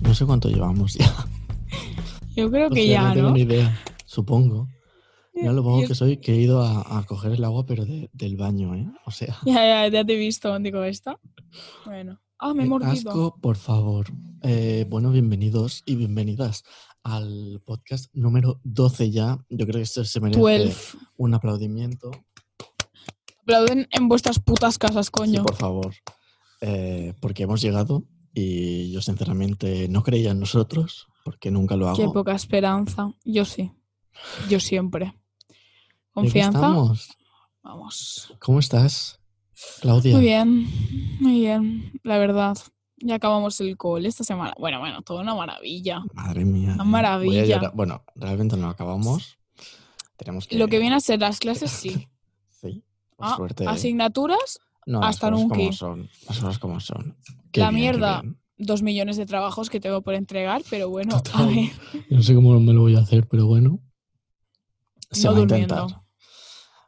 No sé cuánto llevamos ya. Yo creo que O sea, ya, no tengo ¿no? ni idea, supongo. Mira lo Yo- poco que soy, que he ido a, a coger el agua, pero de- del baño, ¿eh? O sea, Ya, ya, ya te he visto, digo, ¿esta? Bueno. Ah, me he qué mordido. eh, asco, por favor. Eh, bueno, bienvenidos y bienvenidas al podcast número 12 ya. Yo creo que esto se merece 12. un aplaudimiento. Aplauden en vuestras putas casas, Sí, coño. por favor. Eh, porque hemos llegado y yo sinceramente no creía en nosotros, porque nunca lo hago. Qué poca esperanza. Yo sí. Yo siempre. ¿Y aquí Confianza. estamos? Vamos. ¿Cómo estás, Claudia? Muy bien. Muy bien. La verdad. Ya acabamos el call esta semana. Bueno, bueno, toda una maravilla. Madre mía. Una eh. Voy a maravilla. llorar. bueno, realmente no lo acabamos. Tenemos que... Lo que viene a ser las clases, sí. Sí, por Ah, suerte. asignaturas, No, las hasta cosas nunca. como son. Las cosas como son. Qué La bien, qué mierda. bien. dos millones de trabajos que tengo por entregar, pero bueno, a Total. ver. Yo no sé cómo me lo voy a hacer, pero bueno. Se No va a durmiendo. intentar.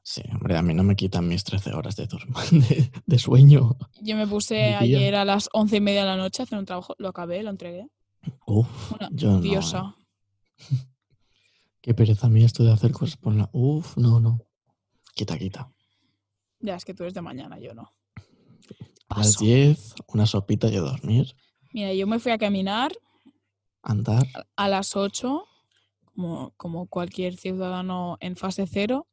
Sí, hombre, a mí no me quitan mis 13 horas de, dur- de, de sueño. Yo me Mi puse día. ayer a las once y media de la noche a hacer un trabajo, lo acabé, lo entregué. Uf, Una yo no, eh. diosa. Qué pereza a mí esto de hacer cosas por la... Uf, no, no. Quita, quita. Ya, es que tú eres de mañana, yo no. A las Paso. 10, una sopita y a dormir. Mira, yo me fui a caminar Andar. a las 8, como, como cualquier ciudadano en fase cero.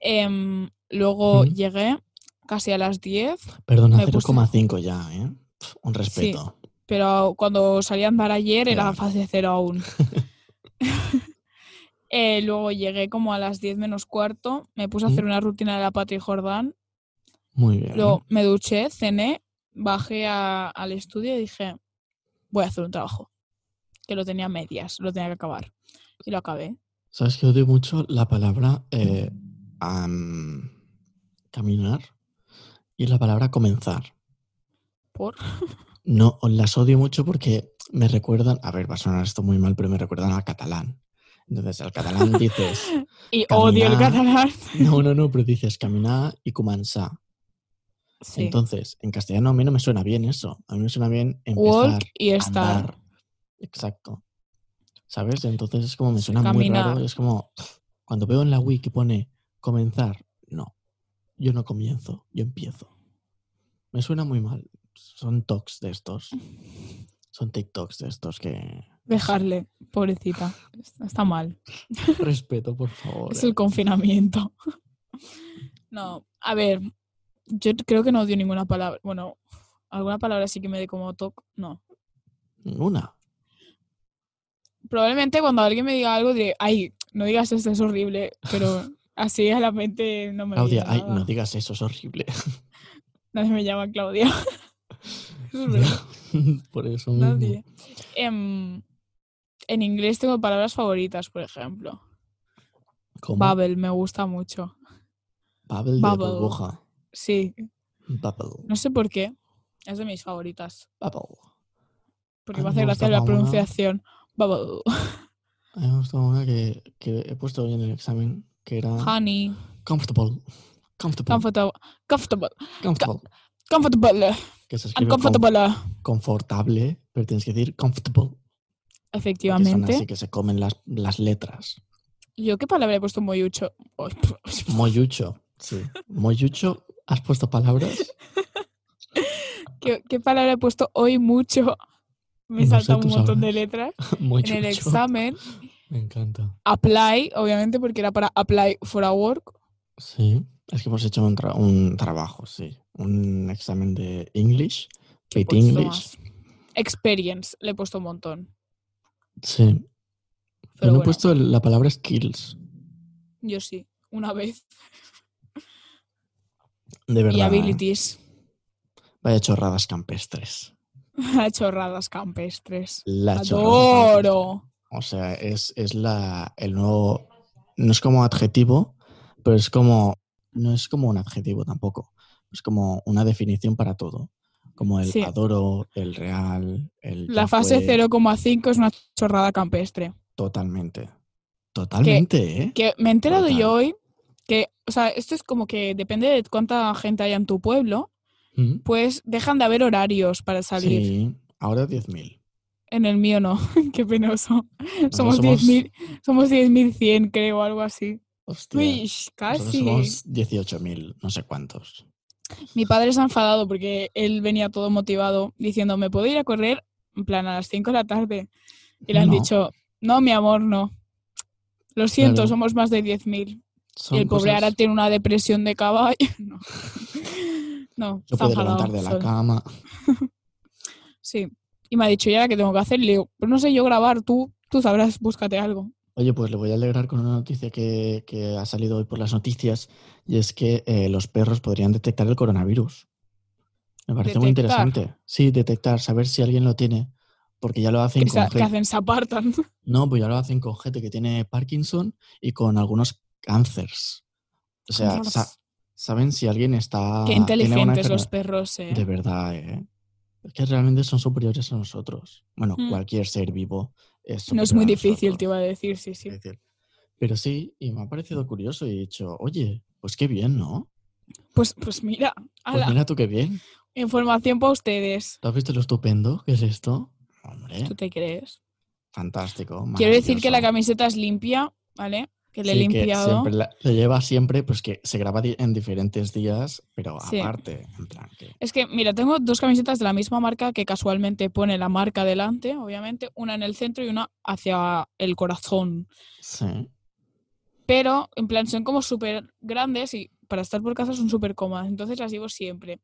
Em, luego Ujú. llegué casi a las 10, Perdona, Me puse- 0,5 ya, ¿eh? Pf, Un respeto. pero cuando salí a andar ayer era Ya. fase cero aún. Eh, luego llegué como a las 10 menos cuarto, me puse a hacer Ujú. una rutina de la Patria Jordán, Muy bien. Luego me duché, cené, bajé a- al estudio y dije, voy a hacer un trabajo. Que lo tenía a medias, lo tenía que acabar. Y lo acabé. ¿Sabes que odio mucho la palabra eh, am, caminar y la palabra comenzar? Por No, las odio mucho porque me recuerdan, a ver, va a sonar esto muy mal, pero me recuerdan al catalán. Entonces, al catalán dices, Y odio el Caminar. catalán. no, no, no, pero dices caminar y comenzar. Sí. Entonces, en castellano a mí no me suena bien eso. A mí me suena bien empezar, Walk y estar. andar. Exacto. ¿Sabes? Entonces es como me Sí, suena muy raro. caminar. y Es como cuando veo en la Wii que pone comenzar, no. Yo no comienzo, yo empiezo. Me suena muy mal. Son talks de estos. Son TikToks de estos que. Dejarle, pobrecita. Está mal. Respeto, por favor. Es el confinamiento. No, a ver, yo creo que no odio ninguna palabra. Bueno, alguna palabra sí que me dé como toc. No. Ninguna. probablemente cuando alguien me diga algo diré, ay, no digas esto, es horrible, pero así a la mente no me Claudia, viene ay, nada. no digas eso, es horrible. Nadie me llama Claudia. Eso es verdad, por eso mismo. nadie. Em, en inglés tengo palabras favoritas, por ejemplo. ¿Cómo? Bubble, me gusta mucho. Bubble de Bubble. burbuja. Sí, Bubble. no sé por qué. Es de mis favoritas. Bubble. Porque A me mí hace me gracia la gustaba una- pronunciación. Bubble. A mí me gustó una que, que he puesto hoy en el examen, que era Honey. comfortable. Comfortable. Comfortable. Comfortable. comfortable. Comfortable. Que se escribe com- Uncomfortable. confortable, pero tienes que decir comfortable. Que son Efectivamente. así que se comen las, las letras. Yo qué palabra he puesto moyucho. Uy, Moyucho. Sí. Moyucho, has puesto palabras. ¿Qué, qué palabra he puesto hoy mucho? Me No sé, saltan tú un montón de sabrás. letras. Moyucho. En el examen, Me encanta. apply, obviamente, porque era para apply for a work. Sí. Es que hemos hecho un, tra- un trabajo, sí. Un examen de English. ¿Qué he Pit puesto English. Pues más? Experience, le he puesto un montón. Sí. Yo Pero Pues no he bueno, puesto el- la palabra skills. yo sí, una vez. De verdad. Y ¿eh? abilities, Vaya chorradas campestres. chorradas campestres. La chorrada campestre. Adoro. O sea, es, es la, el nuevo. No es como adjetivo, pero es como. No es como un adjetivo tampoco. Es como una definición para todo. Como el Sí. adoro, el real, el. La ya fase fue, 0,5 es una chorrada campestre. Totalmente. Totalmente, ¿eh? Que me he enterado Total. yo hoy que, o sea, esto es como que depende de cuánta gente haya en tu pueblo. Mm, pues dejan de haber horarios para salir. Sí, ahora 10.000. En el mío no, qué penoso. Nosotros Somos 10.000, somos 10.100, creo, algo así. hostia, Uy, nosotros casi. somos 18.000, no sé cuántos. Mi padre se ha enfadado porque él venía todo motivado diciendo, ¿me puedo ir a correr? En plan, a las 5 de la tarde. Y le han No. dicho, no, mi amor, no. Lo siento, Claro. somos más de 10.000. Y Son el pobre cosas- ahora tiene una depresión de caballo. No, no Se está puede enfadado levantar de la solo. cama. Sí. Y me ha dicho, ¿y ahora qué tengo que hacer? Y le digo, pues no sé yo grabar, tú, tú sabrás, búscate algo. Oye, pues le voy a alegrar con una noticia que, que ha salido hoy por las noticias y es que eh, los perros podrían detectar el coronavirus. Me parece muy Detectar. interesante. Sí, detectar, saber si alguien lo tiene, porque ya lo hacen Que, con sa- que gen- hacen, se apartan. No, pues ya lo hacen con gente que tiene Parkinson y con algunos cánceres. O sea, Cánceres. sa- saben si alguien está Qué tiene una inteligentes los enfermedad. perros, eh. De verdad, ¿eh? Es que realmente son superiores a nosotros. Bueno, Mm. cualquier ser vivo es No es superior muy a difícil, nosotros. te iba a decir, sí, sí. Es decir, Pero sí, y me ha parecido curioso y he dicho, oye, pues qué bien, ¿no? Pues, pues mira, Pues ala, mira tú qué bien. información para ustedes. ¿Tú has visto lo estupendo que es esto? Hombre, ¿Tú te crees? fantástico. Quiero decir que la maravilloso. camiseta es limpia, ¿vale? Que le he Sí, que limpiado. siempre la- lo lleva siempre, pues que se graba di- en diferentes días, pero Sí. aparte, en plan que. Es que, mira, tengo dos camisetas de la misma marca que casualmente pone la marca delante, obviamente, una en el centro y una hacia el corazón. Sí. Pero, en plan, son como súper grandes y para estar por casa son súper cómodas. Entonces las llevo siempre.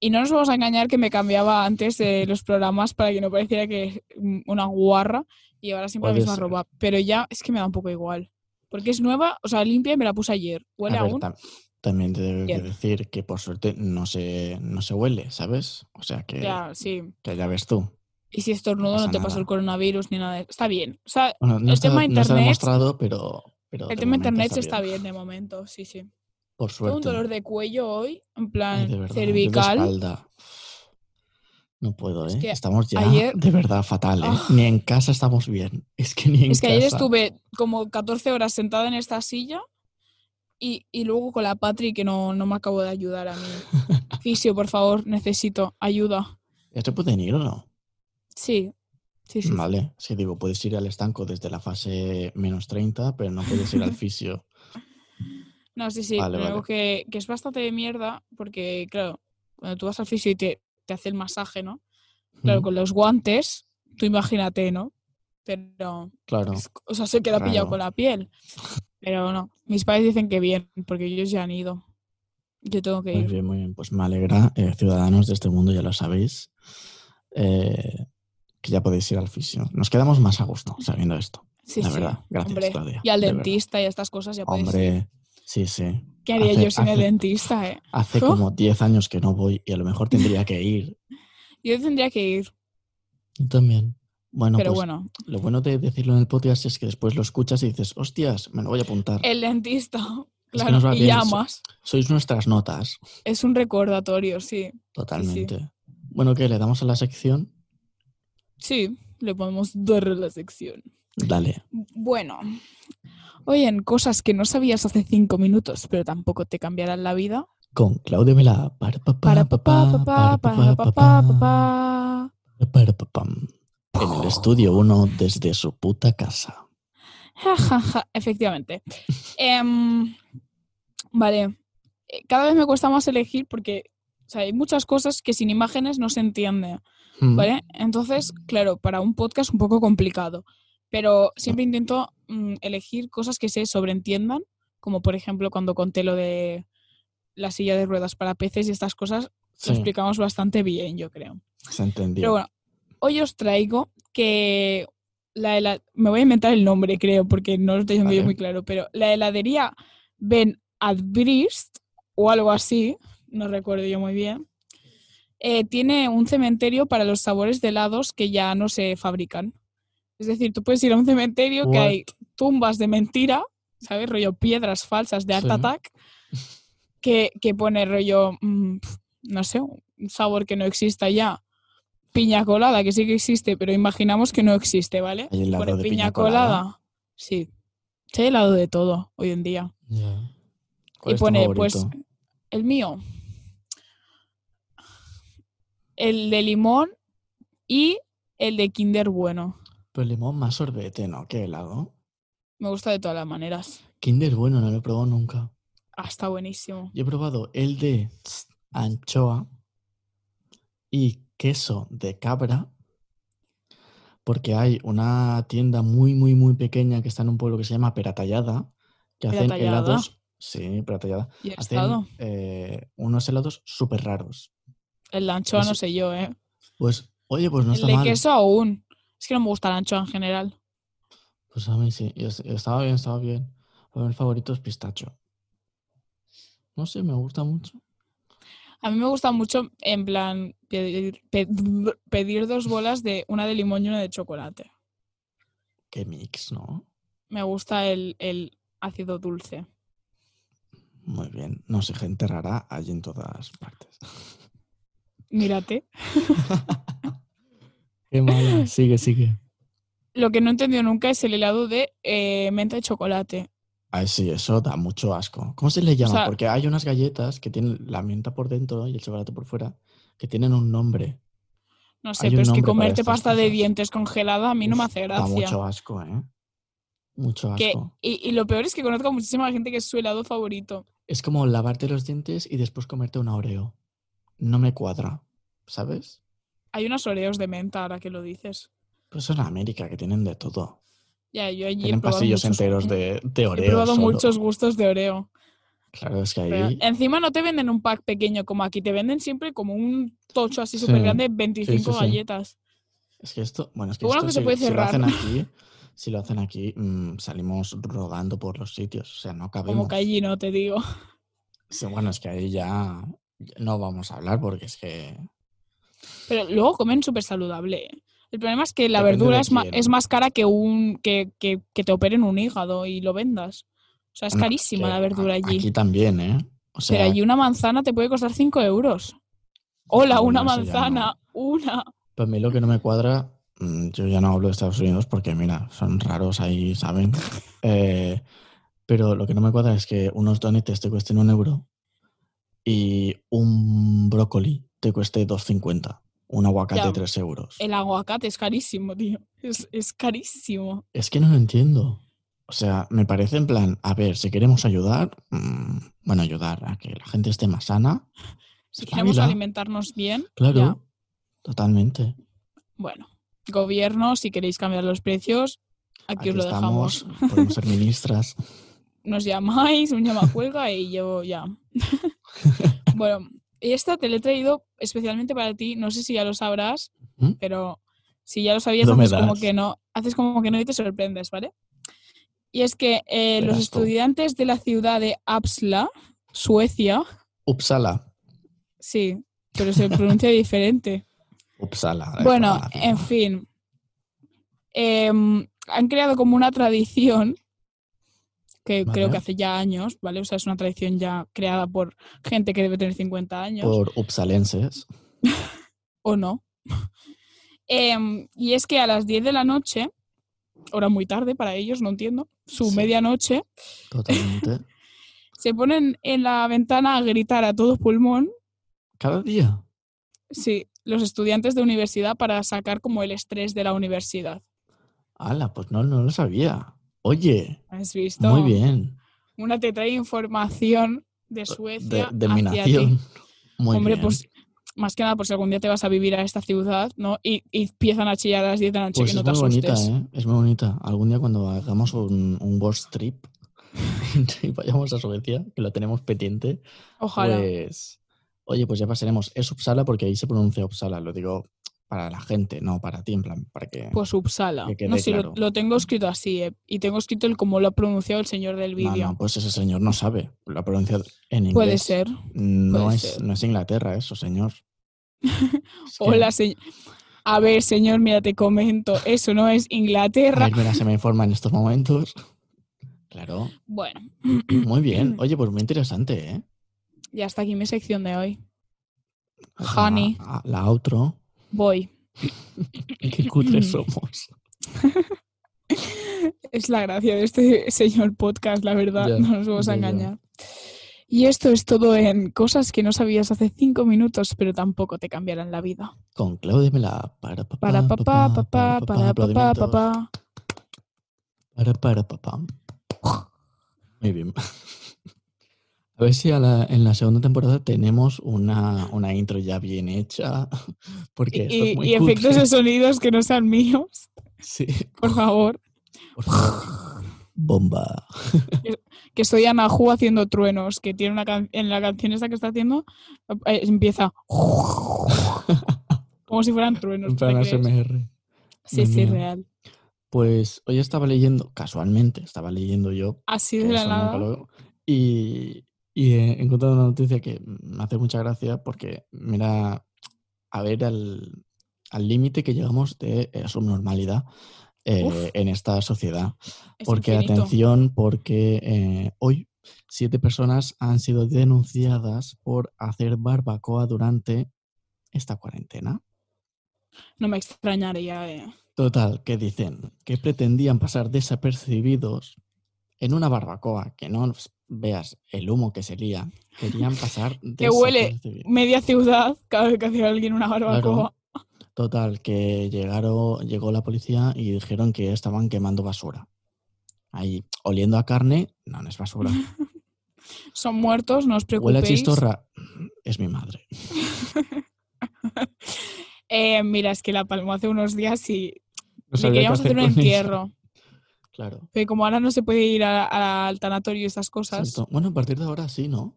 Y no nos vamos a engañar que me cambiaba antes de los programas para que no pareciera que mm, una guarra y ahora siempre Puede la misma ser. ropa. Pero ya es que me da un poco igual. Porque es nueva, o sea, limpia y me la puse ayer. Huele A ver, aún. tam- también te tengo que Bien. decir que por suerte no se, no se huele, ¿sabes? O sea que Ya, sí. que ya ves tú. Y si estornudo pasa no te pasa nada. el coronavirus ni nada. de- Está bien. O sea, Bueno, no, El está, tema no está internet- demostrado, pero. pero el de tema momento internet está bien de momento, sí, sí. Por Tengo un suerte. dolor de cuello hoy, en Ay, plan de verdad, yo de cervical. espalda. No puedo, ¿eh? Es que estamos ya ayer- de verdad fatal, ¿eh? Ah. Ni en casa estamos bien. Es que ni en Es que ayer casa. estuve como 14 horas sentada en esta silla y, y luego con la Patri que no, no me acabo de ayudar a mí. Fisio, por favor, necesito ayuda. ¿Ya se pueden ir o no? Sí, sí, sí. sí. Vale. Sí, digo, puedes ir al estanco desde la fase menos 30, pero no puedes ir al fisio. No, sí, sí. Vale, pero vale. Que, que es bastante de mierda porque, claro, cuando tú vas al fisio y te, te hace el masaje, ¿no? Claro, Mm, con los guantes, tú imagínate, ¿no? Pero, claro. es- o sea, se queda pillado Claro. con la piel. Pero no, mis padres dicen que bien, porque ellos ya han ido. Yo tengo que Muy ir. bien, muy bien. Pues me alegra, eh, ciudadanos de este mundo, ya lo sabéis, eh, que ya podéis ir al fisio. Nos quedamos más a gusto sabiendo esto. Sí, la sí. verdad, gracias, Hombre, Claudia. Y al de verdad. dentista pues, y a estas cosas ya puedes ir. Hombre, sí, sí. ¿Qué haría hace- yo sin el hace- dentista, eh? Hace ¿Oh? como 10 años que no voy y a lo mejor tendría que ir. Yo tendría que ir, Yo también. Bueno, pero pues bueno. lo bueno de decirlo en el podcast es que después lo escuchas y dices, hostias, me lo voy a apuntar. El dentista, que claro, nos va y bien eso. llamas. Sois nuestras notas, Es un recordatorio, sí. totalmente. Bueno, ¿qué? ¿Le damos a la sección? Sí, le podemos dar a la sección. Dale. Bueno, hoy en cosas que no sabías hace cinco minutos, pero tampoco te cambiarán la vida. Con Claudia Vela. Para pa, pa, Para pa, papá, pa, papá, para para pa, pa, papá, pa, papá. para pa, Oh. pam. En el estudio uno desde su puta casa. Ja, ja, ja, Efectivamente. Em, vale. Eh, Cada vez me cuesta más elegir porque o sea, hay muchas cosas que sin imágenes no se entiende, Mm, ¿vale? Entonces, claro, para un podcast un poco complicado, pero siempre intento mm, elegir cosas que se sobreentiendan, como por ejemplo cuando conté lo de la silla de ruedas para peces y estas cosas, sí, lo explicamos bastante bien, yo creo. se entendió. Pero bueno, hoy os traigo que la hela- me voy a inventar el nombre, creo, porque no lo tengo yo Vale. muy claro, pero la heladería Ben Adbrist o algo así, no recuerdo yo muy bien, eh, tiene un cementerio para los sabores de helados que ya no se fabrican. Es decir, tú puedes ir a un cementerio que hay tumbas de mentira, ¿sabes? Rollo piedras falsas de Art Sí. Attack, que, que pone rollo, mm, pf, no sé, un sabor que no exista ya. Piña colada, que sí que existe, pero imaginamos que no existe, ¿vale? Hay helado Pone de piña, piña colada. colada. Sí. Se ha helado de todo hoy en día. Ya. Y ¿Cuál es tu pone, pues, favorito? El mío. El de limón y el de Kinder Bueno. Pero limón Pues más sorbete, ¿no? Que helado. Me gusta de todas las maneras. Kinder bueno, no lo he probado nunca. Ah, está buenísimo. Yo he probado el de anchoa y queso de cabra. Porque hay una tienda muy, muy, muy pequeña que está en un pueblo que se llama Peratallada, que hacen ¿Peratallada? helados. ¿Ah, Sí, Peratallada. Y el Hacen estado. eh, unos helados súper raros. El de anchoa Ese- no sé yo, ¿eh? Pues, oye, pues no el está de mal. queso aún. Es que no me gusta la anchoa en general. Pues a mí sí, y es- estaba bien, estaba bien. A ver, el favorito es pistacho. No sé, me gusta mucho. A mí me gusta mucho, en plan, pedir, pe- pedir dos bolas de una de limón y una de chocolate. Qué mix, ¿no? Me gusta el, el ácido dulce. Muy bien. No sé, gente rara hay en todas partes. Mírate. Qué mala. Sigue, sigue. Lo que no he entendido nunca es el helado de eh, menta y chocolate. Ay, sí, eso da mucho asco. ¿Cómo se le llama? sea- Porque hay unas galletas que tienen la menta por dentro y el chocolate por fuera, que tienen un nombre. No sé, Hay un pero es que nombre para comerte estas pasta de cosas. dientes congelada a mí no me Uf, hace Da gracia. mucho asco, ¿eh? Mucho Que- asco. y, y lo peor es que conozco a muchísima gente que es su helado favorito. Es como lavarte los dientes y después comerte un Oreo. No me cuadra, ¿sabes? Hay unos oreos de menta ahora que lo dices. Pues eso en América, que tienen de todo. Ya, yo allí he tienen probado pasillos muchos- enteros de, de Oreo. He probado solo. muchos gustos de oreo. Claro, es que pero ahí. encima no te venden un pack pequeño como aquí, te venden siempre como un tocho así Sí, súper grande, 25 sí. galletas. Es que esto. Bueno, es que Lo bueno esto que se si- puede si, lo cerrar. hacen aquí. Si lo hacen aquí, mm, salimos rodando por los sitios. O sea, no cabemos. Como que allí no te digo. Sí, bueno, es que ahí ya ya no vamos a hablar porque es que. Pero luego comen súper saludable. ¿eh? El problema es que la Depende verdura de es, ma- quién. es más cara que, un, que, que- que te operen un hígado y lo vendas. O sea, es no, carísima que la a- verdura allí. Aquí también, ¿eh? O sea, Pero allí una manzana te puede costar 5 euros. Hola, no, una eso ya no. manzana, una. Pues a mí lo que no me cuadra, mm, yo ya no hablo de Estados Unidos porque, mira, son raros ahí, ¿saben? Eh, pero lo que no me cuadra es que unos donetes te cuesten un euro y un brócoli te cueste 2,50. Un aguacate, Ya. 3 euros. El aguacate es carísimo, tío. Es, es carísimo. Es que no lo entiendo. O sea, me parece en plan, a ver, si queremos ayudar, mm, bueno, ayudar a que la gente esté más sana, Si Es la queremos vida. alimentarnos bien, claro, ya. totalmente. Bueno, gobierno, si queréis cambiar los precios, aquí, os lo dejamos. podemos ser ministras. Nos llamáis, un llamacuelga y yo ya. bueno, y esta te la he traído especialmente para ti. No sé si ya lo sabrás, ¿Mm? pero si ya lo sabías, No me haces como das. que no, haces como que no y te sorprendes, ¿vale? Y es que eh, los Verás tú. estudiantes de la ciudad de Apsla, Suecia, Uppsala. sí, pero se pronuncia diferente. Uppsala. es Bueno, eh, la ciudad. en fin. Em, han creado como una tradición que creo Vale. que hace ya años, ¿vale? O sea, es una tradición ya creada por gente que debe tener 50 años Por uppsalenses. o no. Em, y es que a las 10 de la noche, hora muy tarde para ellos, no entiendo, su Sí. medianoche, Totalmente. se ponen en la ventana a gritar a todo pulmón, Cada día. sí, los estudiantes de universidad para sacar como el estrés de la universidad. Ala, pues no, no lo sabía. Oye, ¿Has visto? muy bien. Una te trae información de De, Suecia. de hacia ti. minación. Muy Hombre, bien. pues más que nada, por si algún día te vas a vivir a esta ciudad, ¿no? Y, y empiezan a chillar a las 10 de la noche Pues que no es te muy bonita, asustes. ¿eh? Es muy bonita. Algún día cuando hagamos un, un world trip y vayamos a Suecia, que lo tenemos pendiente, Ojalá. ¿eh? pues... Oye, pues ya pasaremos. Es Uppsala porque ahí se pronuncia Uppsala. Lo digo para la gente, no para ti, en plan, para que... Pues Uppsala. que quede No sé, lo- claro. lo, tengo escrito así, ¿eh? Y tengo escrito el como lo ha pronunciado el señor del No, vídeo. no, pues ese señor no sabe. Lo ha pronunciado en inglés. Puede ser. No puede es, ser. no es Inglaterra ¿eh? eso, señor. Es que- Hola, se- A ver, señor, mira, te comento. Eso no es A Inglaterra. ver, mira, se me informa en estos momentos. Claro. Bueno, Muy bien. Oye, pues muy interesante, ¿eh? ya está aquí mi sección de hoy. La- Honey. a- La, outro. Voy. Qué cutres somos. Es la gracia de este señor podcast, la verdad. Ya, no nos vamos a ya, ya. engañar. Y esto es todo en cosas que no sabías hace cinco minutos, pero tampoco te cambiarán la vida. Con Claudia Mela. Para papá, Para papá, papá, para papá, aplaudimentos. papá. Para para papá. Muy bien. A ver si a la- en la segunda temporada tenemos una, una intro ya bien hecha. Porque esto es Y, muy y cutre. efectos de sonidos que no sean míos, Sí, por favor. por favor. Bomba. Que soy Anahu haciendo truenos, que tiene una can- en la canción esta que está haciendo, eh, empieza como si fueran truenos. En ¿tú te plan crees? ASMR. Sí, sí, mía. real. Pues hoy estaba leyendo, casualmente, estaba leyendo yo Así que de la eso nunca nada. lo- Y, y he encontrado una noticia que me hace mucha gracia porque mira a ver al al límite que llegamos de eh, subnormalidad eh, Uf. en esta sociedad. es Porque, infinito. atención, porque eh, hoy siete personas han sido denunciadas por hacer barbacoa durante esta cuarentena. No me extrañaría. eh. Total, que dicen que pretendían pasar desapercibidos en una barbacoa, que no veas el humo que se lía, querían pasar Que huele. desapercibidos. Media ciudad, cada vez que hacía alguien una barbacoa. Total, que llegaron, llegó la policía y dijeron que estaban quemando basura. Ahí, oliendo a carne, no, no es basura. Son muertos, no Huele os a preocupéis. chistorra, es mi madre. Eh, mira, es que la palmó hace unos días y No le sabía qué queríamos hacer un con ella. entierro. Claro. Pero como ahora no se puede ir a- a- al tanatorio y estas cosas, exacto. Bueno, a partir de ahora sí, ¿no?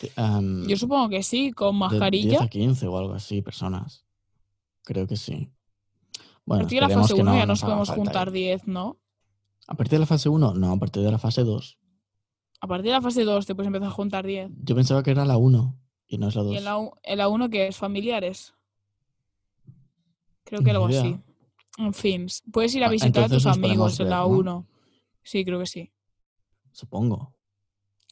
Te- am, yo supongo que sí, con de 10 mascarilla. a 15 o algo así, personas. Creo que sí. A Bueno, partir de la esperemos fase que 1 no ya nos haga podemos falta, ¿eh? juntar 10, ¿no? A partir de la fase 1, no, a partir de la fase 2. A partir de la fase 2 te puedes empezar a juntar 10. Yo pensaba que era la 1 y no es la 2. Y en la, u- en la 1 que es familiares. Creo Ni que algo idea. así. En fin, puedes ir a Ah, visitar a tus entonces nos podemos amigos en ver, la ¿no? 1. Sí, creo que sí. Supongo.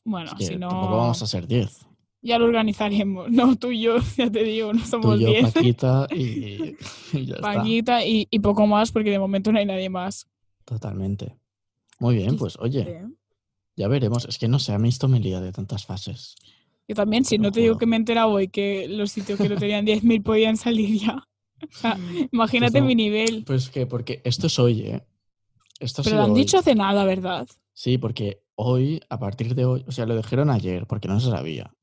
Bueno, Es que si no, Tampoco vamos a ser 10. ya lo organizaremos. No, tú y yo, ya te digo, no Tú somos y yo, 10. Paquita y, y ya está. Paquita y, y poco más, porque de momento no hay nadie más. Totalmente. Muy bien, pues oye, Sí. ya veremos. Es que no sé, a mí esto me lía de tantas fases. Yo también, si Te lo no te digo juro. que me he enterado hoy que los sitios que lo tenían 10.000 podían salir ya. O sea, imagínate estamos- mi nivel. Pues que, porque esto es hoy, ¿eh? Esto ha Pero lo sido han hoy. dicho hace nada, ¿verdad? Sí, porque hoy, a partir de hoy, o sea, lo dijeron ayer porque no se sabía.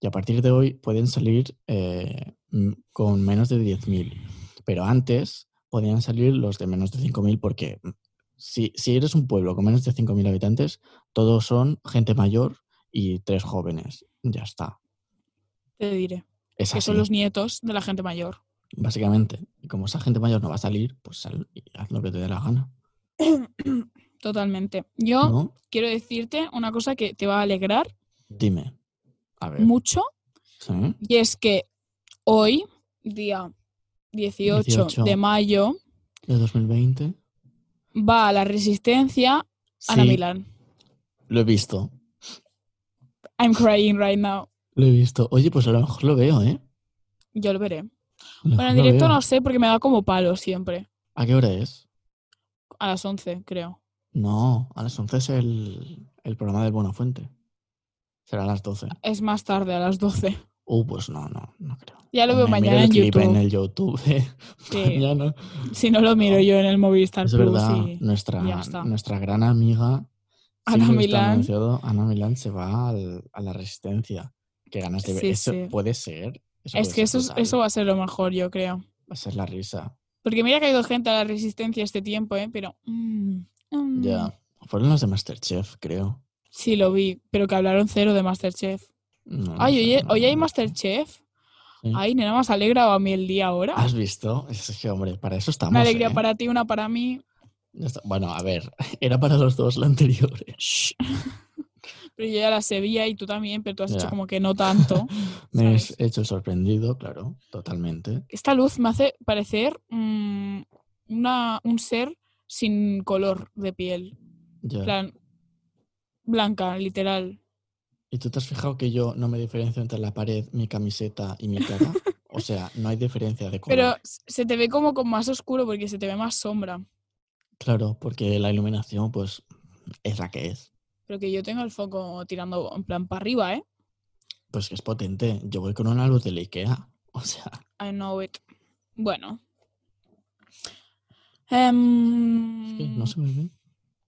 Y a partir de hoy pueden salir eh, mm, con menos de 10.000. Pero antes podían salir los de menos de 5.000 porque mm, si, si eres un pueblo con menos de 5.000 habitantes, todos son gente mayor y tres jóvenes. Ya está. Te diré. Es Que así, son los nietos de la gente mayor. básicamente. Y como esa gente mayor no va a salir, pues sal y haz lo que te dé la gana. Totalmente. Yo ¿No? quiero decirte una cosa que te va a alegrar Dime. A ver. mucho. ¿sí? Y es que hoy, día 18, 18. de mayo, ¿De 2020? va a la Resistencia Ana Sí, Milán. Lo he visto. I'm crying right now. Lo he visto. Oye, pues a lo mejor lo veo, ¿eh? Yo lo veré. A lo Bueno, en mejor Ah, lo directo veo. no sé porque me da como palo siempre. ¿A qué hora es? A las 11, creo. No, a las 11 es el, el programa del Buenafuente. Será a las 12. Es más tarde, a las 12. Uh, pues no, no, no creo. Ya lo veo Me miro mañana el en clip YouTube. en el YouTube. Sí. mañana. Si no lo miro yo en el Movistar Es Plus. verdad, y- ya nuestra, está. nuestra gran amiga Ana siempre que está Milán. anunciado, Ana Milán se va al- a la Resistencia. Qué ganas de ver. Sí, eso sí. puede ser. Eso puede Es que ser eso, es- brutal. eso va a ser lo mejor, yo creo. va a ser la risa. Porque mira que ha ido gente a la Resistencia este tiempo, ¿eh? Pero... mm, mm, Ya. Fueron los de Masterchef, creo. Sí, lo vi. Pero que hablaron cero de Masterchef. No, no Ay, sé, oye, no, hoy hay no sé. Masterchef. Sí. Ay, nena, más alegra a mí el día ahora. ¿Has visto? Es que, hombre, para eso estamos. Una alegría ¿eh? para ti, una para mí. Ya está. Bueno, a ver, era para los dos la anterior. ¿eh? Shh. Pero yo ya la sabía y tú también, pero tú has hecho Ya. como que no tanto. Me he ¿Sabes? hecho sorprendido, claro, totalmente. Esta luz me hace parecer mm, una, un ser sin color de piel. Ya. plan, blanca, literal. ¿Y tú te has fijado que yo no me diferencio entre la pared, mi camiseta y mi cara? o sea, no hay diferencia de color. Pero s- se te ve como con más oscuro porque se te ve más sombra. Claro, porque la iluminación, pues, es la que es. Pero que yo tengo el foco tirando en plan para arriba, ¿eh? Pues que es potente. Yo voy con una luz del IKEA. O sea, I know it. Bueno. Em, es que no se me ve.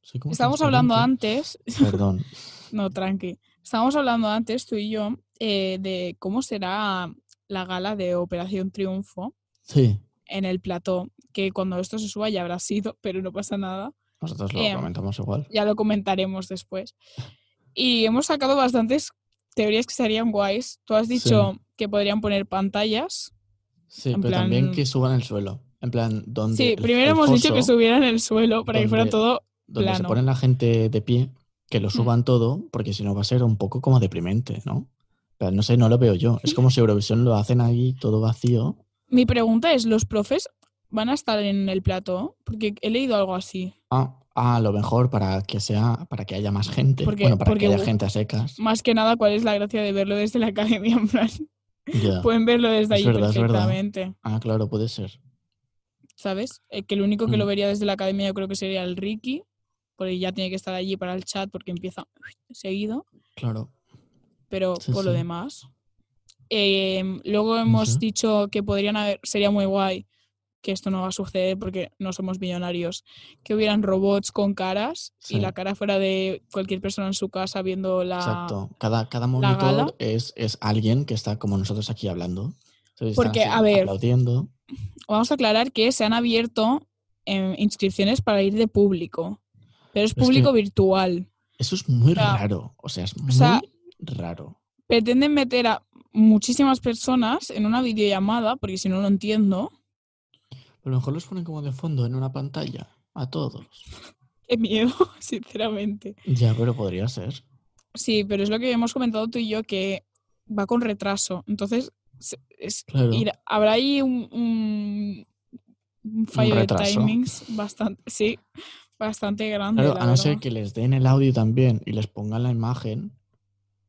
Soy como Mm. Estábamos hablando transparente. antes, Perdón. no, tranqui. Estábamos hablando antes, tú y yo, eh, de cómo será la gala de Operación Triunfo Sí, en el plató, que cuando esto se suba ya habrá sido, pero no pasa nada. nosotros lo Em, comentamos igual. ya lo comentaremos después. Y hemos sacado bastantes teorías que serían guays. Tú has dicho que podrían poner pantallas. Sí, en pero también plan- que suban el suelo. En plan, donde. Sí, el- primero el hemos dicho que foso- subieran el suelo para que fuera donde- todo. donde se plano. Mm. ponen la gente de pie, que lo suban todo, porque si no va a ser un poco como deprimente, ¿no? Pero no sé, no lo veo yo. Es como si Eurovisión lo hacen ahí todo vacío. Mi pregunta es, ¿los profes van a estar en el plató? Porque he leído algo así. Ah, a lo mejor para que sea, para que haya más gente. Porque- bueno, para porque que haya u- gente a secas. Más que nada, ¿cuál es la gracia de verlo desde la academia? En plan, Ya. pueden verlo desde Ah, Es allí verdad, es verdad. perfectamente, Ah, claro, puede ser. ¿sabes? Eh, que el único que lo Mm. vería desde la academia yo creo que sería el Ricky, porque ya tiene que estar allí para el chat porque empieza seguido. Claro. pero Sí, por lo sí. demás. Em, luego hemos sé. dicho que podrían haber, sería muy guay, que esto no va a suceder porque no somos millonarios, que hubieran robots con caras y Sí. la cara fuera de cualquier persona en su casa viendo la... Exacto. Cada, cada la gala. monitor es, es alguien que está como nosotros aquí hablando. Entonces, están Porque, así a ver, Aplaudiendo. Vamos a aclarar que se han abierto em, inscripciones para ir de público, pero es Pero es público virtual. Eso es muy sea, raro. O sea, es muy sea, raro. Pretenden meter a muchísimas personas en una videollamada, porque si no, no entiendo. A lo mejor los ponen como de fondo en una pantalla. A todos. Qué miedo, sinceramente. Ya, pero podría ser. Sí, pero es lo que hemos comentado tú y yo, que va con retraso. Entonces, se- es- Claro. ir- habrá ahí un, un- un fallo de retraso. timings bastante, sí, bastante grande. Claro, la a no ser verdad. que les den el audio también y les pongan la imagen.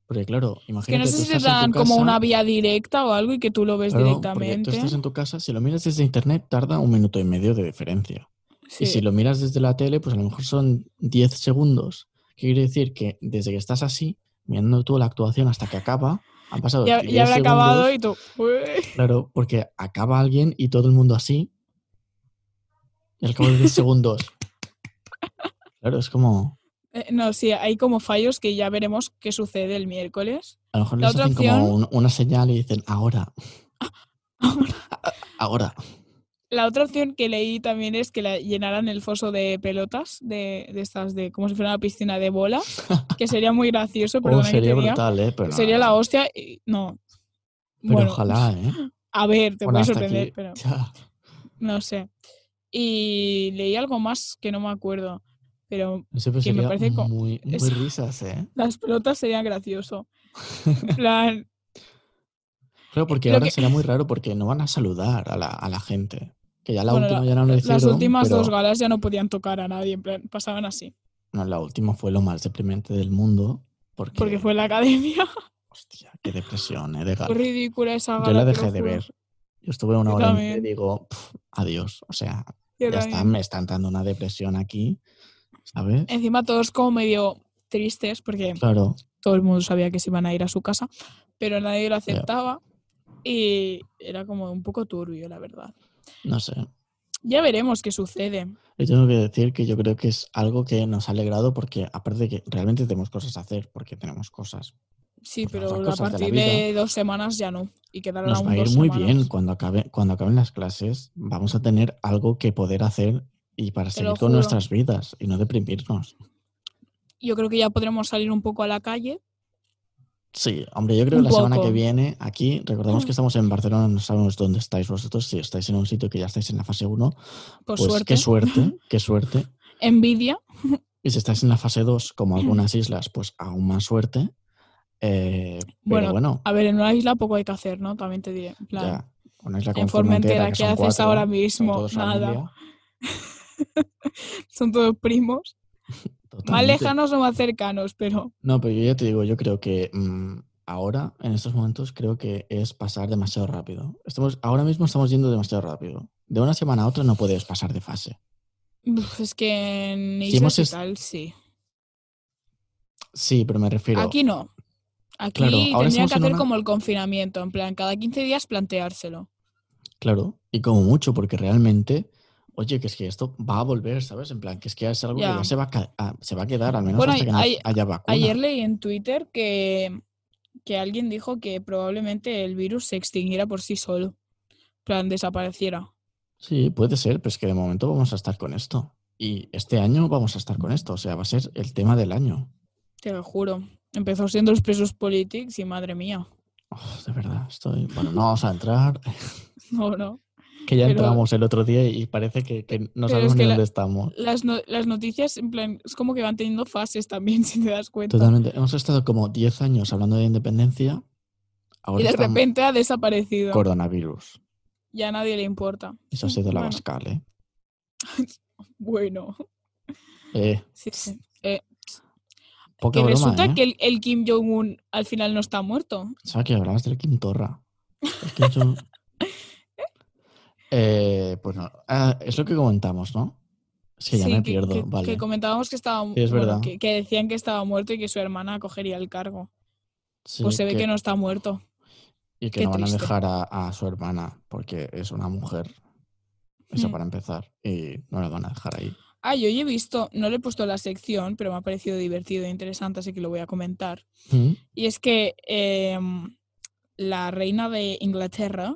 Porque, claro, Es que imagínate. no sé tú si te estás en tu dan como casa- una vía directa o algo y que tú lo ves Claro, porque tú directamente. estás en tu casa, si lo miras desde internet, tarda un minuto y medio de diferencia. Sí, Y si lo miras desde la tele, pues a lo mejor son 10 segundos. ¿Qué quiere decir? Que desde que estás así, mirando tú la actuación hasta que acaba, han pasado ya, 10 ya habrá segundos. acabado y tú. "Ué". Claro, porque acaba alguien y todo el mundo así. Y al cabo de 10 segundos. Claro, es como. Eh, No, sí, hay como fallos que ya veremos qué sucede el miércoles. A lo mejor La les otra hacen como opción- un- una señal y dicen ahora. Ahora. La otra opción que leí también es que la llenaran el foso de pelotas, de, de estas, de como si fuera una piscina de bola, que sería muy gracioso, Oh, perdona que te sería diga. brutal, ¿eh? Pero, Sería la hostia. y- no. pero bueno, pues, ojalá, ¿eh? a ver, te Bueno, puede hasta sorprender, aquí. pero Ya. no sé. Y leí algo más que no me acuerdo, pero Eso Que me sería parece co- muy, muy eso. risas, ¿eh? las pelotas serían gracioso. En plan, Claro, porque Lo ahora que- será muy raro porque no van a saludar a la, a la gente. Que ya la Bueno, última ya no lo hicieron. las últimas pero- dos galas ya no podían tocar a nadie, en plan, pasaban así, No, la última fue lo más deprimente del mundo. Porque, porque fue la academia. Hostia, qué depresión, ¿eh? De gala. Fue ridícula esa gala. Yo la te lo dejé de juro. ver. Yo estuve una Yo hora y media y también. digo, "Pf, adiós. O sea, Yo ya está, también. Eh, me están dando una depresión aquí. ¿Sabes? Encima todos como medio tristes porque Claro. todo el mundo sabía que se iban a ir a su casa, pero nadie lo aceptaba y era como un poco turbio, la verdad. No sé. Ya veremos qué sucede. Yo tengo que decir que yo creo que es algo que nos ha alegrado porque aparte de que realmente tenemos cosas a hacer, porque tenemos cosas, Sí, Pues las pero a cosas de la partir de, vida. dos semanas ya no. Y quedarán nos aún va a ir dos muy semanas. bien cuando, acabe, cuando acaben las clases. Vamos a tener algo que poder hacer y para Te seguir lo con juro. nuestras vidas y no deprimirnos. Yo creo que ya podremos salir un poco a la calle. Sí, hombre, yo creo que Un la semana que poco. Mm. viene aquí, recordamos que estamos en Barcelona, no sabemos dónde estáis vosotros, si estáis en un sitio que ya estáis en la fase 1, Por pues suerte. qué suerte, qué suerte. Envidia. Y si estáis en la fase 2, como algunas islas, pues aún más suerte. Eh, Bueno, ah, pero bueno, A ver, en una isla poco hay que hacer, ¿no? También te diré. En plan, ya, una isla como en Formentera, que ¿qué son haces cuatro, ahora son mismo? todos Nada. familia, Son todos primos. Más totalmente. lejanos o más cercanos, pero No, pero yo ya te digo, yo creo que mm, ahora, en estos momentos, creo que es pasar demasiado rápido. Estamos, ahora mismo estamos yendo demasiado rápido. De una semana a otra no puedes pasar de fase. Uf, Es que en Si islas hemos y est- tal, sí. Sí, pero me refiero. Aquí no. Aquí Claro, ahora tendría estamos que en hacer una- como el confinamiento, en plan, cada 15 días planteárselo. Claro, y como mucho, porque realmente, oye, que es que esto va a volver, ¿sabes? En plan, que es que es algo Ya. que ya se va a, ca- a- se va a quedar, al menos Bueno, hasta que no ay- haya vacuna. Ayer leí en Twitter que, que alguien dijo que probablemente el virus se extinguiera por sí solo. En plan, desapareciera. Sí, puede ser, pero es que de momento vamos a estar con esto. Y este año vamos a estar con esto, o sea, va a ser el tema del año. Te lo juro. Empezó siendo los presos políticos y madre mía. Uf, Oh, de verdad, estoy. Bueno, no vamos a entrar, No, no. que ya Pero- entramos el otro día y parece que, que no Pero sabemos es ni que la- dónde estamos. Las, no- las noticias, en plan, es como que van teniendo fases también, si te das cuenta. Totalmente. Hemos estado como 10 años hablando de independencia, ahora Y de estamos- repente ha desaparecido. coronavirus. Ya a nadie le importa. Eso ha sido la Bueno. bascal, ¿eh? Bueno. Eh, Sí, sí. poca Que broma, resulta ¿eh? que el, el Kim Jong-un al final no está muerto. Pensaba que hablabas del Kim Torra. El Kim Jong- Eh, pues no. Ah, es lo que comentamos, ¿no? Es que ya Sí, me pierdo, que- vale. que comentábamos que estaba Sí, es bueno, verdad. que, que decían que estaba muerto y que su hermana cogería el cargo. Sí, pues se ve que, no está muerto. Y que qué no van a triste. dejar a, a su hermana porque es una mujer. Eso Hmm. para empezar. Y no la van a dejar ahí. Ah, yo hoy he visto, no le he puesto la sección, pero me ha parecido divertido e interesante, así que lo voy a comentar. ¿Mm? Y es que em, la reina de Inglaterra,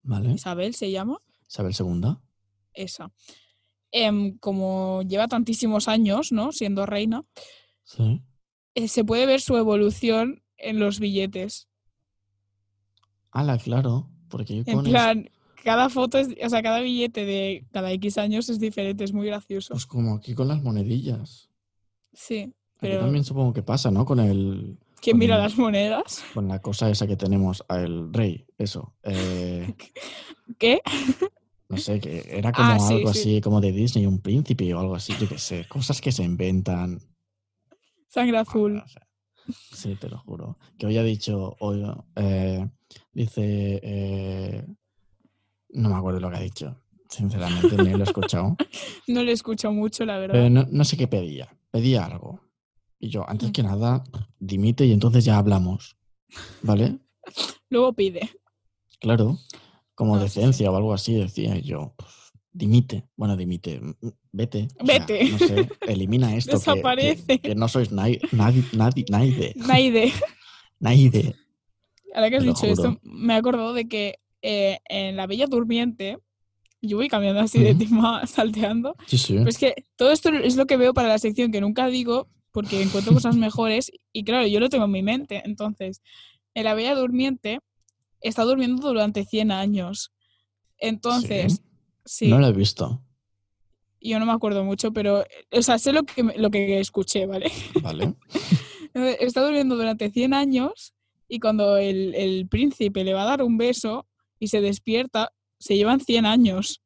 ¿Vale? Isabel se llama, Isabel II. esa, em, como lleva tantísimos años, ¿no? Siendo reina, Sí. eh, se puede ver su evolución en los billetes. Ala, claro. Porque hay En iconos- plan, cada foto, es- o sea, cada billete de cada X años es diferente, es muy gracioso. Pues como aquí con las monedillas. Sí, Aquí pero también supongo que pasa, ¿no? Con el. ¿quién mira con- las monedas? Con la cosa esa que tenemos al rey, eso. eh, ¿Qué? no sé, que era como Ah, sí, algo sí. así, como de Disney, un príncipe o algo así, yo qué sé. Cosas que se inventan. Ah, Sangre azul. O sea, sí, te lo juro. Que hoy ha dicho, hoy, eh, dice, eh, no me acuerdo lo que ha dicho. Sinceramente, ni lo he escuchado. No le escucho mucho, la verdad. Pero no, no sé qué pedía. Pedía algo. Y yo, Mm. antes que nada, dimite y entonces ya hablamos. ¿Vale? Luego pide. Claro, como No, sí, sí. decencia o algo así decía y yo. pues, dimite, bueno, dimite, mm, mm, vete. o sea, Vete. no sé, elimina esto. que- que- Que, Desaparece. no sois nai- nadie, nadie, naide, Naide, naide. ahora que has Te lo dicho esto, juro. me he acordado de que eh, en La Bella Durmiente, yo voy cambiando así de Ujú. tema, salteando, Sí, sí. pero es que todo esto es lo que veo para la sección que nunca digo porque encuentro cosas mejores y claro, yo lo tengo en mi mente. Entonces, en La Bella Durmiente está durmiendo durante 100 años. Entonces, sí, No lo he visto. yo no me acuerdo mucho, pero, o sea, sé lo que, me- lo que escuché, ¿vale? Vale. Entonces, Está durmiendo durante 100 años y cuando el, el príncipe le va a dar un beso y se despierta, se llevan 100 años.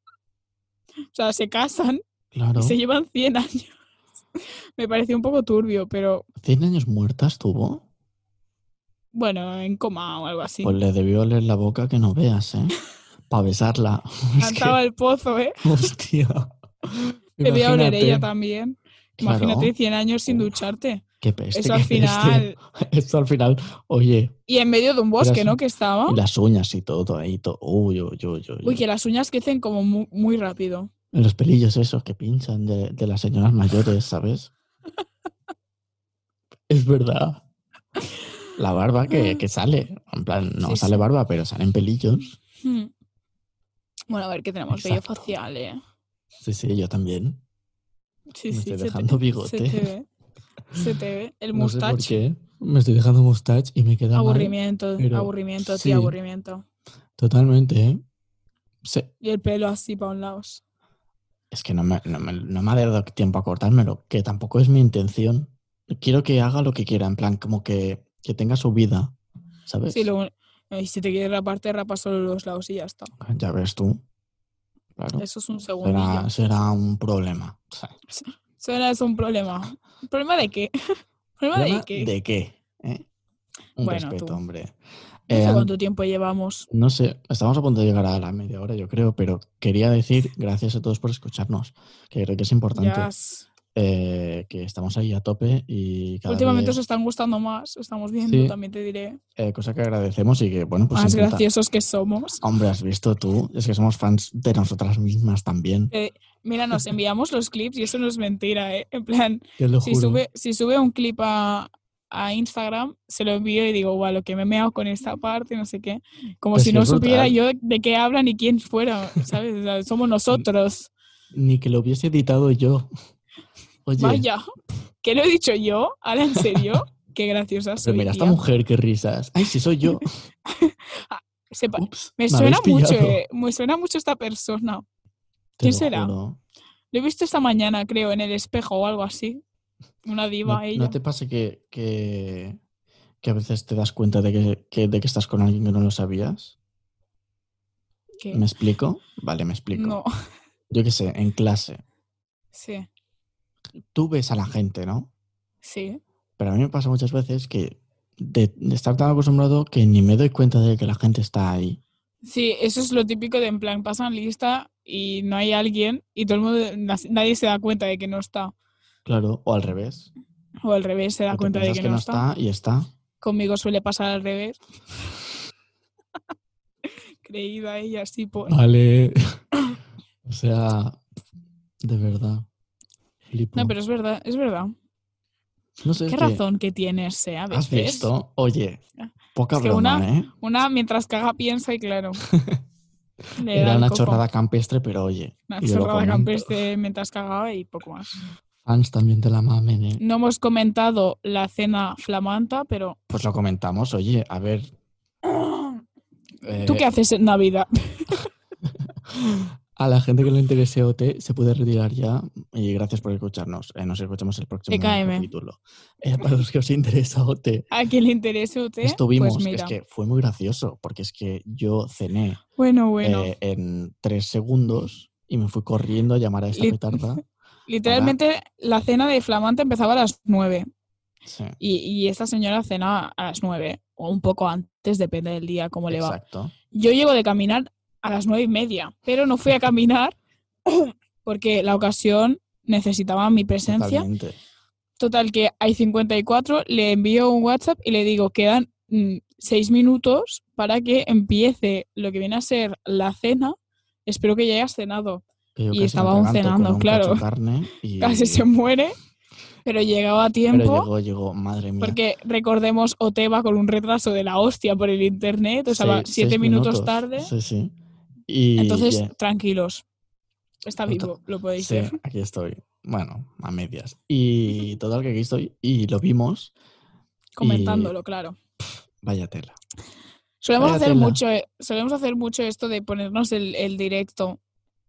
O sea, se casan Claro. y se llevan 100 años. Me pareció un poco turbio, pero 100 años muertas tuvo. bueno, en coma o algo así. Pues le debió oler la boca que no veas, ¿eh? Para besarla. Es que, Cantaba el pozo, ¿eh? hostia. Debía oler ella Imagínate. también. Claro, Imagínate 100 años sin Uf, Este ducharte. Qué peste. Eso al qué peste. final. Esto al final, oye, Y en medio de un bosque, Eras- ¿no? Que estaba. Y las uñas y todo ahí. to- Uy, uy, uy, uy, Uy, uy. que las uñas crecen como mu- muy rápido. Los pelillos esos que pinchan de, de las señoras mayores, ¿sabes? es verdad. La barba que, que sale. En plan, no Sí, sale sí. barba, pero salen pelillos. Hmm. Bueno, a ver qué tenemos. Bello Exacto. facial, ¿eh? Sí, sí, yo también. Sí, Me sí, estoy se te- dejando bigote. Se te ve. Se te ve. El No sé por mustache. qué. Me estoy dejando mustache y me queda mal. aburrimiento, pero aburrimiento, sí. tío, aburrimiento. Totalmente, ¿eh? Se- Y el pelo así para un lado. Es que no me, no me- no me ha dado tiempo a cortármelo, que tampoco es mi intención. Quiero que haga lo que quiera, en plan, como que, que tenga su vida, ¿sabes? Sí, lo un- y si te quieres rapar, te rapas solo los lados y ya está. Ah, Ya ves tú. Claro. Eso es un segundillo. Será, será un problema. O sea, Eso no es un problema. ¿Problema de qué? ¿Problema de ¿problema qué? ¿De qué? ¿Eh? Un Bueno, respeto, tú. hombre. No Eh, sé an- cuánto tiempo llevamos. No sé, estamos a punto de llegar a la media hora, yo creo, pero quería decir gracias a todos por escucharnos, que creo que es importante. Ya. es- eh, que estamos ahí a tope y cada Últimamente vez, os están gustando más, estamos viendo, Sí. también te diré. eh, cosa que agradecemos y que, bueno, pues... más intenta- graciosos que somos. Hombre, has visto tú, es que somos fans de nosotras mismas también. Eh, mira, nos enviamos los clips y eso no es mentira, ¿eh? En plan, Te lo si juro. sube, si sube un clip a, a Instagram, se lo envío y digo, guau, lo que me he meado con esta parte, no sé qué. Como Pero si es que no es brutal. supiera yo de qué hablan y quién fuera, ¿sabes? O sea, somos nosotros. Ni que lo hubiese editado yo. Oye, Vaya, ¿qué lo he dicho yo? ¿Ahora en serio? Qué graciosa pero soy, mira, esta tía. mujer, qué risas. Ay, sí, soy yo. Sepa- Ups, me, habéis suena mucho, pillado. eh, me suena mucho esta persona. Te ¿Quién lo será? juro. Lo he visto esta mañana, creo, en el espejo o algo así. Una diva No, no ella. te pasa que, que, que a veces te das cuenta de que, que- de que estás con alguien que no lo sabías? que- ¿Me explico? Vale, me explico. No, Yo qué sé, en clase. sí, Tú ves a la gente, ¿no? sí. Pero a mí me pasa muchas veces que de, de estar tan acostumbrado que ni me doy cuenta de que la gente está ahí. Sí, eso es lo típico de en plan, pasan lista y no hay alguien y todo el mundo, nas- nadie se da cuenta de que no está. Claro, o al revés. O al revés, se da que te cuenta de piensas que, no, está. y está. Conmigo suele pasar al revés. Creída ella, sí, pues. por... Vale. o sea, de verdad. Flipo. No, pero es verdad, es verdad. No sé, es Qué que razón que tienes, eh, a ¿Has veces. Ah, visto? Oye, poca Es que broma, una- ¿eh? Una mientras caga piensa y claro. le da Era el una coco. chorrada campestre, pero oye. Una yo lo chorrada comento. campestre mientras cagaba y poco más. Fans también te la mamen, ¿eh? No hemos comentado la cena flamanta, pero Pues lo comentamos, oye, a ver. ¿tú eh, qué haces en Navidad? A la gente que le interese OT se puede retirar ya y gracias por escucharnos. Eh, nos escuchamos el próximo TKM. capítulo. Eh, para los que os interesa OT, ¿A quien le interese a usted? estuvimos. Pues mira. es que fue muy gracioso porque es que yo cené Bueno, bueno. eh, en tres segundos y me fui corriendo a llamar a esta Lit- petarda. Literalmente la cena de Flamante empezaba a las 9 Sí, y, y esta señora cena a las 9 o un poco antes, depende del día, cómo le va. exacto. Yo llego de caminar a las 9 y media, pero no fui a caminar porque la ocasión necesitaba mi presencia. Totalmente. Total, que hay 54, le envío un WhatsApp y le digo, quedan mm, seis minutos para que empiece lo que viene a ser la cena. Espero que ya hayas cenado. Que yo Y casi me estaba aún atraganto cenando, con un claro. cacho de carne y- Casi se muere, pero llegaba a Pero tiempo. llegó, llegó, madre mía. Porque recordemos, Ote va con un retraso de la hostia por el internet, o sea, va Seis- siete seis minutos, tarde. Sí, sí. Y Entonces, ya- tranquilos. Está Ento- vivo, lo podéis Sí, ver. aquí estoy. Bueno, a medias. Y total que aquí estoy y lo vimos. Comentándolo, claro. Vaya tela. Solemos vaya hacer, tela. mucho, eh, solemos hacer mucho esto de ponernos el, el directo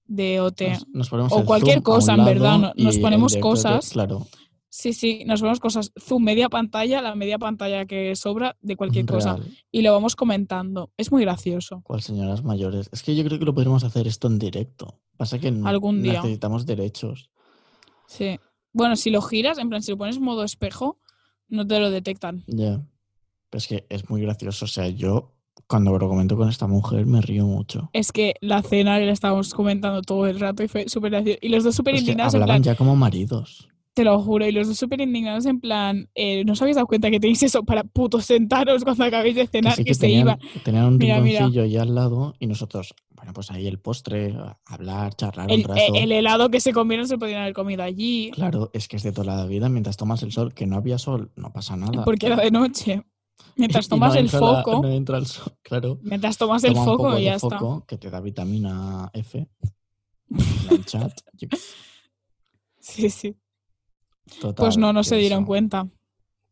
de OT. Nos, nos ponemos O el cualquier zoom a un cosa, en verdad, lado no- nos y el ponemos directo de- cosas. Claro, Sí, sí, nos vemos cosas. Zoom, media pantalla, la media pantalla que sobra de cualquier cosa. real. Y lo vamos comentando. Es muy gracioso. Cual señoras mayores. Es que yo creo que lo podríamos hacer esto en directo. Pasa que n- Algún día. necesitamos derechos. Sí. Bueno, si lo giras, en plan, si lo pones modo espejo, no te lo detectan. Ya. Pero es que es muy gracioso. O sea, yo cuando lo comento con esta mujer me río mucho. Es que la cena que la estábamos comentando todo el rato y fue súper gracioso. Y los dos súper Pero es que indignados, en hablaban plan, ya como maridos. te lo juro, y los dos súper indignados, en plan, eh, ¿no os habéis dado cuenta que tenéis eso para putos sentaros cuando acabéis de que cenar? sí Que, que se tenían, iban. tenían un Mira, mira. rinconcillo ahí al lado y nosotros, bueno, pues ahí el postre, a- hablar, charlar El, eh, un rato. el helado que se comieron se podían haber comido allí, Claro, es que es de toda la vida, mientras tomas el sol, que no había sol, no pasa nada. porque era de noche. Mientras Y tomas no el entra la- foco, no entra el sol, claro. mientras tomas el Toma un foco poco y de ya está. foco, que te da vitamina F. en chat. yo qué sé. Sí, sí. Pues Total, no, no que se dieron eso, cuenta.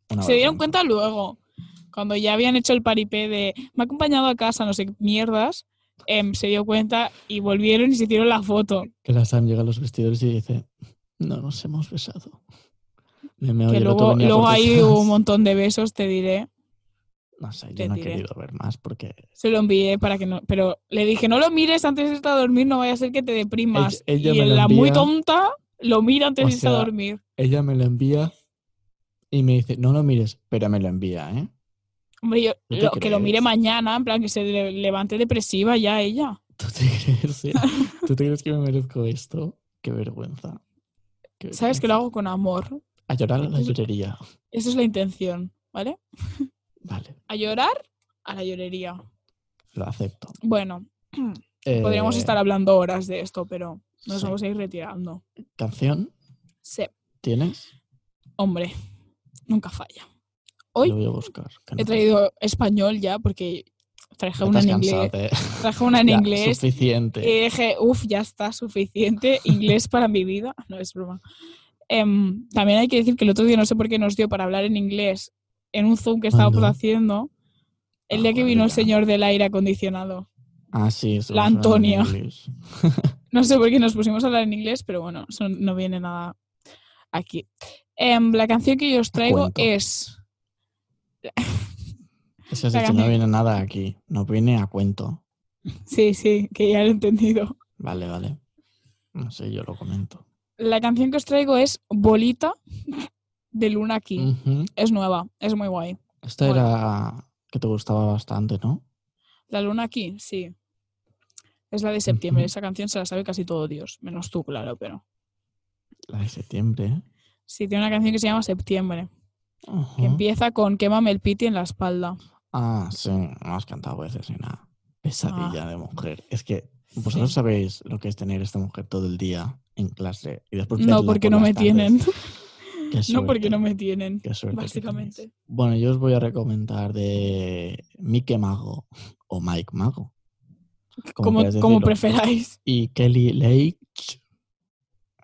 una Se dieron vergüenza. cuenta luego, cuando ya habían hecho el paripé de me ha acompañado a casa, no sé qué mierdas, em, se dio cuenta y volvieron y se hicieron la foto. Que la Sam llega a los vestidores y dice, no nos hemos besado. Me meo y que el otro luego, venía luego por hay detrás. un montón de besos, te diré. No sé, yo Te no he diré. querido ver más porque Se lo envié para que no. Pero le dije, no lo mires antes de irte a dormir, no vaya a ser que te deprimas. Ella- ella y me lo la muy envía. tonta lo mira antes O de irse a sea, dormir. Ella me lo envía y me dice, no lo mires, pero me lo envía, ¿eh? Hombre, yo- ¿tú te lo- que lo mire crees? mañana, en plan que se le- levante depresiva ya ella. ¿Tú te crees, eh? ¿Tú te crees que me merezco esto? Qué vergüenza. Que- Sabes que lo hago con amor. A llorar a la llorería. Esa es la intención, ¿vale? Vale, A llorar a la llorería. lo acepto. Bueno, podríamos Eh, estar hablando horas de esto, pero nos sí. vamos a ir retirando. ¿Canción Sí, tienes? hombre, nunca falla. Hoy Lo voy a buscar. que no He traído español ya porque traje te- no te una has en cansado inglés. de- Traje una en Ya, inglés eh, Suficiente. y dije, uff, ya está, suficiente inglés para mi vida. No es broma. Em, también hay que decir que el otro día no sé por qué nos dio para hablar en inglés en un Zoom que estábamos ¿Cuándo? haciendo. El Ah, día que bueno, vino el ya. señor del aire acondicionado. Ah, sí. eso La me suena en Antonia. inglés. No sé por qué nos pusimos a hablar en inglés, pero bueno, eso no viene nada aquí. Em, la canción que yo os traigo cuento. es. Eso has La dicho, no canción. viene nada aquí. No viene a cuento. Sí, sí, que ya lo he entendido. Vale, vale. No sé, yo lo comento. La canción que os traigo es Bolita de Luna King. Ujú. Es nueva, es muy guay. Esta Bueno. era que te gustaba bastante, ¿no? La Luna King, sí. Es la de septiembre. Ujú. Esa canción se la sabe casi todo Dios. Menos tú, claro, pero. La de septiembre. ¿eh? Sí, tiene una canción que se llama Septiembre. Que Ujú. empieza con Quémame el piti en la espalda. Ah, sí, no has cantado veces ni nada. Pesadilla de mujer. Es que vosotros Ah. Sí. sabéis lo que es tener esta mujer todo el día en clase y después No, verla porque por no las me tardes. tienen. Qué No, porque suerte, no me tienen. qué suerte que básicamente. tenéis. Bueno, yo os voy a recomendar de Mike Mago o Mike Mago. Como, queráis como decirlo. preferáis. Y Kelly Lake.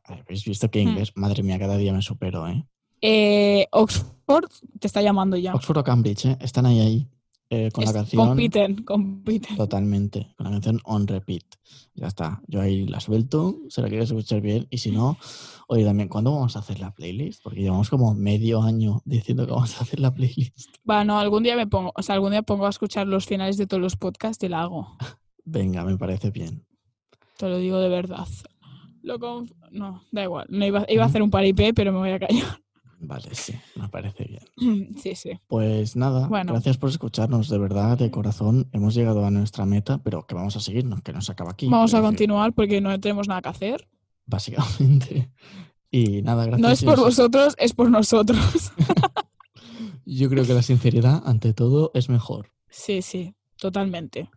Habéis visto que Hmm. inglés, madre mía, cada día me supero, ¿eh? Eh, Oxford te está llamando ya. Oxford o Cambridge, ¿eh? Están ahí, ahí, eh, con Es- la canción. Compiten, compiten. Totalmente, con la canción On Repeat. Ya está, yo ahí la suelto, se la quiero escuchar bien y si no, oye también, ¿cuándo vamos a hacer la playlist? Porque llevamos como medio año diciendo que vamos a hacer la playlist. Bueno, algún día me pongo, o sea, algún día pongo a escuchar los finales de todos los podcasts y la hago. Venga, me parece bien. Te lo digo de verdad. Lo conf- No, da igual. No iba, iba a Ujú. hacer un paripé, pero me voy a callar. Vale, sí, me parece bien. sí, sí. Pues nada, Bueno. gracias por escucharnos, de verdad, de corazón. Hemos llegado a nuestra meta, pero que vamos a seguirnos, que no se acaba aquí. eh, Vamos a quiero decir, continuar porque no tenemos nada que hacer. Básicamente. Y nada, gracias. No es por y os- vosotros, es por nosotros. Yo creo que la sinceridad, ante todo, es mejor. sí, sí, totalmente.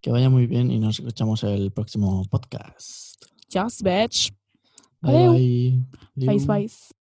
Que vaya muy bien y nos escuchamos el próximo podcast. Just bitch. Bye Adeu. bye. Bye, Adiós. bye.